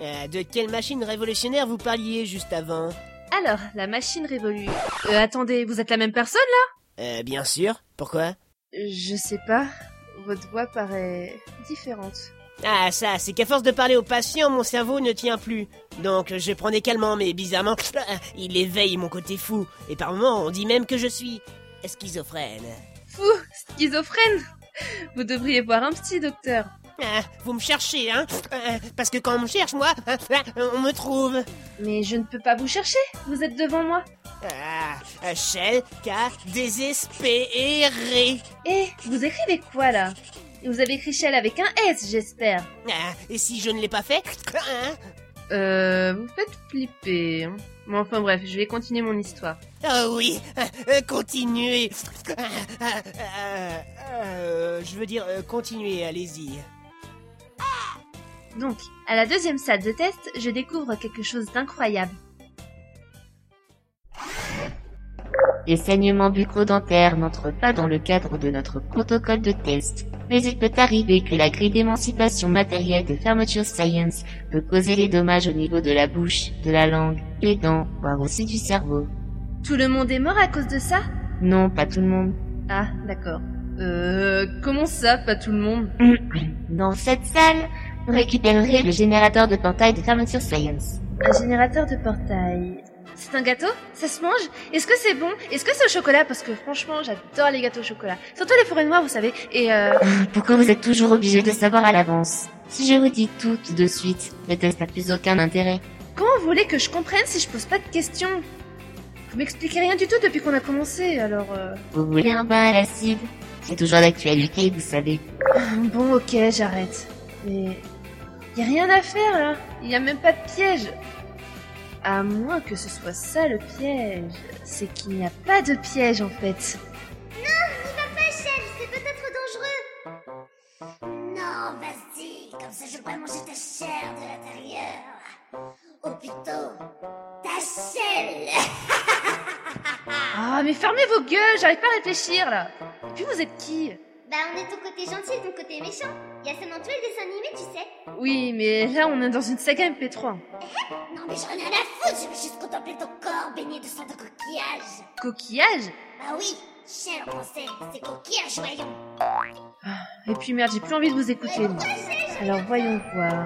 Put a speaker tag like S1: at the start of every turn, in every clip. S1: Euh, de quelle machine révolutionnaire vous parliez juste avant
S2: Alors, la machine révolue. Euh, attendez, vous êtes la même personne là
S1: euh, Bien sûr. Pourquoi
S2: Euh, Je sais pas. Votre voix paraît différente.
S1: Ah, ça, c'est qu'à force de parler aux patients, mon cerveau ne tient plus. Donc, je prends des calmants, mais bizarrement, ah, il éveille mon côté fou. Et par moments, on dit même que je suis schizophrène.
S2: Fou, schizophrène Vous devriez boire un petit docteur.
S1: Ah, vous me cherchez, hein Euh, Parce que quand on me cherche, moi, ah, on me trouve.
S2: Mais je ne peux pas vous chercher, vous êtes devant moi.
S1: Ah, Shell, K, désespéré.
S2: Eh, vous écrivez quoi là Vous avez écrit Shell avec un S, j'espère.
S1: Ah, et si je ne l'ai pas fait hein
S2: Euh, vous faites flipper. hein. Mais enfin bref, je vais continuer mon histoire.
S1: Ah oui, euh, euh, continuez. Ah, ah, ah, euh, je veux dire, euh, continuez, allez-y.
S2: Donc, à la deuxième salle de test, je découvre quelque chose d'incroyable.
S3: Les saignements bucco-dentaires n'entrent pas dans le cadre de notre protocole de test, mais il peut arriver que la grille d'émancipation matérielle de Fermeture Science peut causer des dommages au niveau de la bouche, de la langue, des dents, voire aussi du cerveau.
S2: Tout le monde est mort à cause de ça
S3: Non, pas tout le monde.
S2: Ah, d'accord. Euh, comment ça, pas tout le monde
S3: Dans cette salle, vous récupérerez le générateur de portail de Fermeture Science.
S2: Un générateur de portail. C'est un gâteau Ça se mange Est-ce que c'est bon Est-ce que c'est au chocolat Parce que franchement, j'adore les gâteaux au chocolat. Surtout les forêts noires, vous savez. Et euh...
S3: Pourquoi vous êtes toujours obligé de savoir à l'avance Si je vous dis tout de suite, le test n'a plus aucun intérêt.
S2: Comment vous voulez que je comprenne si je pose pas de questions Vous m'expliquez rien du tout depuis qu'on a commencé, alors... euh,
S3: Vous voulez un bain à l'acide C'est toujours d'actualité, vous savez.
S2: Bon, ok, j'arrête. Mais... Y a rien à faire, là Y a même pas de piège À moins que ce soit ça, le piège. C'est qu'il n'y a pas de piège, en fait.
S4: Fais, Shell, c'est peut-être dangereux. Non, vas-y, comme ça je vais pas manger ta chair de l'intérieur. Oh plutôt, ta Shell.
S2: Ah, mais fermez vos gueules J'arrive pas à réfléchir, là Et puis vous êtes qui
S4: Bah, on est ton côté gentil et ton côté méchant. Il y a seulement tous les dessins animés, tu sais.
S2: Oui, mais là, on est dans une saga MP3.
S4: Non, mais j'en ai rien à foutre, je veux juste contempler ton corps baigné de sang de coquillage.
S2: Coquillage
S4: Bah oui, Shell en français, c'est coquillage, voyons.
S2: Et puis merde, j'ai plus envie de vous écouter, moi. Alors voyons voir.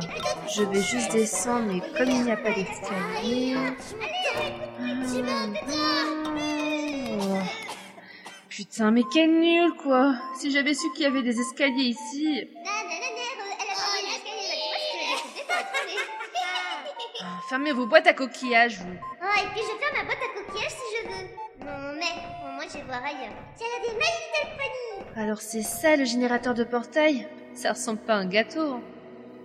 S2: Je vais juste descendre, mais comme il n'y a pas Ah, d'escalier...
S4: euh, Tu m'as un
S2: Oh. Putain, mais quel nul, quoi Si j'avais su qu'il y avait des escaliers ici...
S4: Oh,
S2: Ah, Fermez vos boîtes à coquillages, vous.
S4: Oh, et puis je ferme ma boîte à coquillages si je veux. Non, mais au moins je vais voir ailleurs. Tiens, elle a des magnifiques paniers.
S2: Alors c'est ça, le générateur de portail Ça ressemble pas à un gâteau. hein.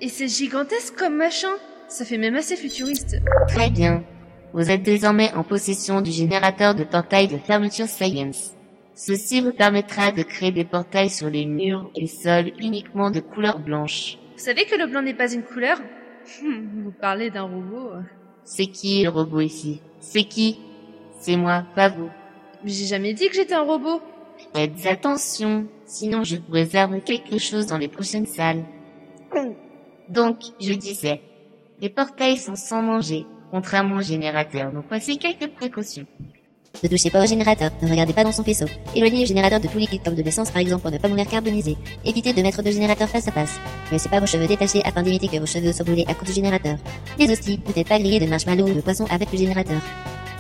S2: Et c'est gigantesque comme machin Ça fait même assez futuriste.
S3: Très bien. Vous êtes désormais en possession du générateur de portail de fermeture Science. Ceci vous permettra de créer des portails sur les murs et sols uniquement de couleur blanche.
S2: Vous savez que le blanc n'est pas une couleur Hum, Vous parlez d'un robot... euh.
S3: C'est qui le robot ici C'est qui C'est moi, pas vous.
S2: Mais J'ai jamais dit que j'étais un robot
S3: Faites attention, sinon je vous réserve quelque chose dans les prochaines salles. Donc, je disais, les portails sont sans manger, contrairement au générateur, donc voici quelques précautions.
S5: Ne touchez pas au générateur, ne regardez pas dans son faisceau. Éloignez le générateur de tous les liquides de l'essence par exemple pour ne pas mourir carbonisé. Évitez de mettre de générateur face à face. Ne laissez pas vos cheveux détachés afin d'éviter que vos cheveux soient brûlés à cause du générateur. Les hosties, ne faites pas griller de marshmallows ou de poissons avec le générateur.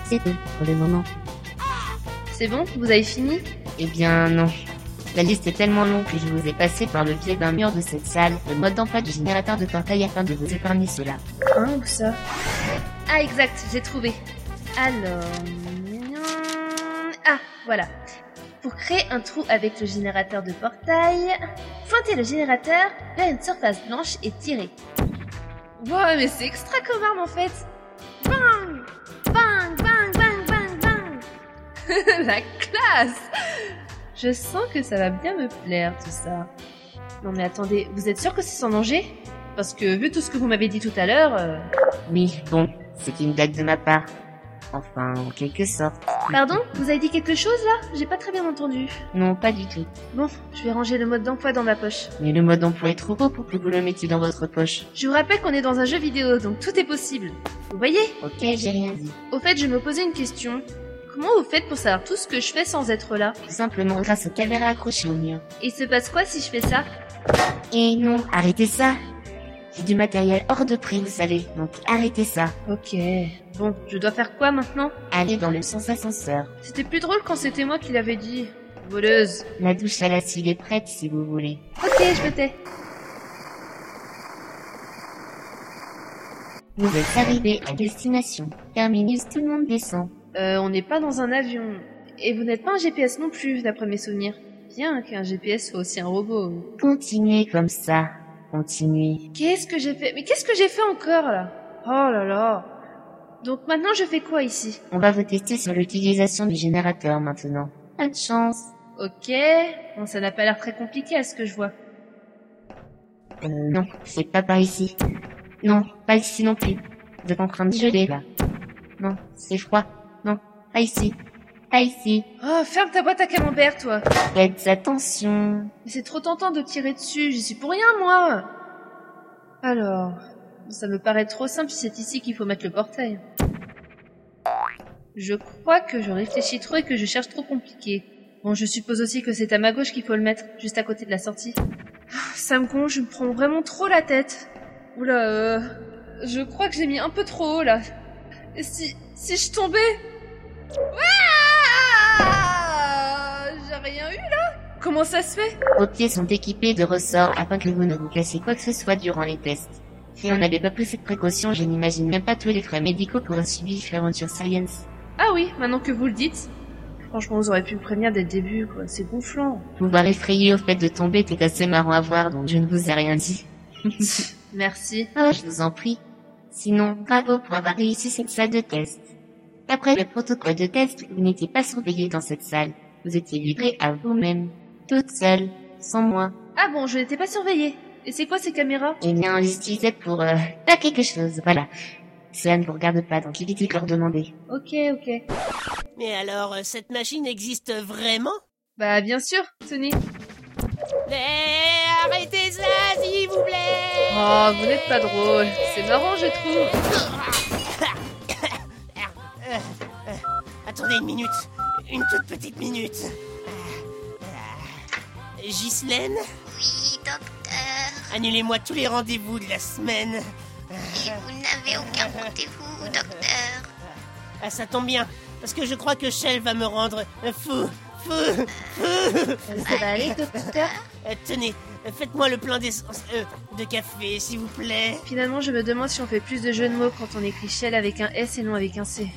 S5: C'est tout pour le moment.
S2: C'est bon Vous avez fini
S3: Eh bien non. La liste est tellement longue que je vous ai passé par le biais d'un mur de cette salle, le mode d'emploi du générateur de portail afin de vous épargner cela.
S2: Hein, où ça Ah, exact, j'ai trouvé. Alors. gnan. Ah, voilà. Pour créer un trou avec le générateur de portail, pointez le générateur vers une surface blanche et tirez. Wow, mais c'est extra comme arme en fait Bang Bang Bang Bang Bang Bang La classe Je sens que ça va bien me plaire tout ça. Non mais attendez, vous êtes sûr que c'est sans danger Parce que vu tout ce que vous m'avez dit tout à l'heure... euh,
S3: Oui, bon, c'est une blague de ma part. Enfin, en quelque sorte.
S2: Pardon Vous avez dit quelque chose là J'ai pas très bien entendu.
S3: Non, pas du tout.
S2: Bon, je vais ranger le mode d'emploi dans ma poche.
S3: Mais le mode d'emploi est trop beau pour que vous le mettiez dans votre poche.
S2: Je vous rappelle qu'on est dans un jeu vidéo, donc tout est possible. Vous voyez
S3: Ok, j'ai rien dit.
S2: Au fait, je me posais une question. Comment vous faites pour savoir tout ce que je fais sans être là
S3: Tout simplement grâce aux caméras accrochées au mur.
S2: Et il se passe quoi si je fais ça
S3: Et non, arrêtez ça J'ai du matériel hors de prix, vous savez, donc arrêtez ça.
S2: Ok. Bon, je dois faire quoi maintenant
S3: Allez dans le sens ascenseur.
S2: C'était plus drôle quand c'était moi qui l'avais dit. Voleuse.
S3: La douche à la scie est prête si vous voulez.
S2: Ok, je me tais.
S3: Vous êtes arrivé à destination. Terminus, tout le monde descend.
S2: Euh, on n'est pas dans un avion. Et vous n'êtes pas un GPS non plus, d'après mes souvenirs. Bien qu'un GPS soit aussi un robot.
S3: Continuez comme ça. Continuez.
S2: Qu'est-ce que j'ai fait Mais qu'est-ce que j'ai fait encore là Oh là là Donc maintenant je fais quoi ici
S3: On va vous tester sur l'utilisation du générateur maintenant. Bonne chance.
S2: Ok. Bon, ça n'a pas l'air très compliqué à ce que je vois.
S3: Euh, non, c'est pas par ici. Non, pas ici non plus. Vous êtes en train de geler là. Non, c'est froid. Non, pas ici. Pas ici.
S2: Oh, ferme ta boîte à camembert, toi
S3: Faites attention.
S2: Mais c'est trop tentant de tirer dessus, j'y suis pour rien, moi Alors, ça me paraît trop simple, c'est ici qu'il faut mettre le portail. Je crois que je réfléchis trop et que je cherche trop compliqué. Bon, je suppose aussi que c'est à ma gauche qu'il faut le mettre, juste à côté de la sortie. Ah, Ça me gonfle, je me prends vraiment trop la tête. Oula, euh, je crois que j'ai mis un peu trop haut, là. Et si, si je tombais Ah, J'ai rien eu, là Comment ça se fait
S3: Vos pieds sont équipés de ressorts afin que vous ne vous cassez quoi que ce soit durant les tests. Si on n'avait pas pris cette précaution, je n'imagine même pas tous les frais médicaux qu'aurait subi Fairventure Science.
S2: Ah oui, maintenant que vous le dites. Franchement, vous auriez pu me prévenir dès le début, quoi. C'est gonflant.
S3: Pouvoir effrayer au fait de tomber était assez marrant à voir, donc je ne vous ai rien dit.
S2: Merci.
S3: Ah, je vous en prie. Sinon, bravo pour avoir réussi cette salle de test. D'après le protocole de test, vous n'étiez pas surveillé dans cette salle. Vous étiez livré à vous-même, toute seule, sans moi.
S2: Ah bon, je n'étais pas surveillée. Et c'est quoi ces caméras
S3: Eh bien, on les utilisait pour euh, faire quelque chose, voilà. Cela ne vous regarde pas, donc évitez de leur demander.
S2: Ok, ok.
S1: Mais alors, euh, cette machine existe vraiment
S2: Bah bien sûr, tenez.
S1: Mais arrêtez ça, s'il vous plaît
S2: Oh, vous n'êtes pas drôle. C'est marrant, je trouve.
S1: Euh, euh, Attendez une minute, une toute petite minute. Euh, euh, Ghislaine,
S4: Oui, docteur.
S1: annulez-moi tous les rendez-vous de la semaine.
S4: Et vous n'avez aucun rendez-vous, docteur.
S1: Ah, ça tombe bien, parce que je crois que Shell va me rendre euh, fou, fou, fou.
S2: Euh, Ça va aller, docteur
S1: Euh, Tenez, euh, faites-moi le plein d'essence, euh, de café, s'il vous plaît.
S2: Finalement, je me demande si on fait plus de jeux de mots quand on écrit Shell avec un S et non avec un C.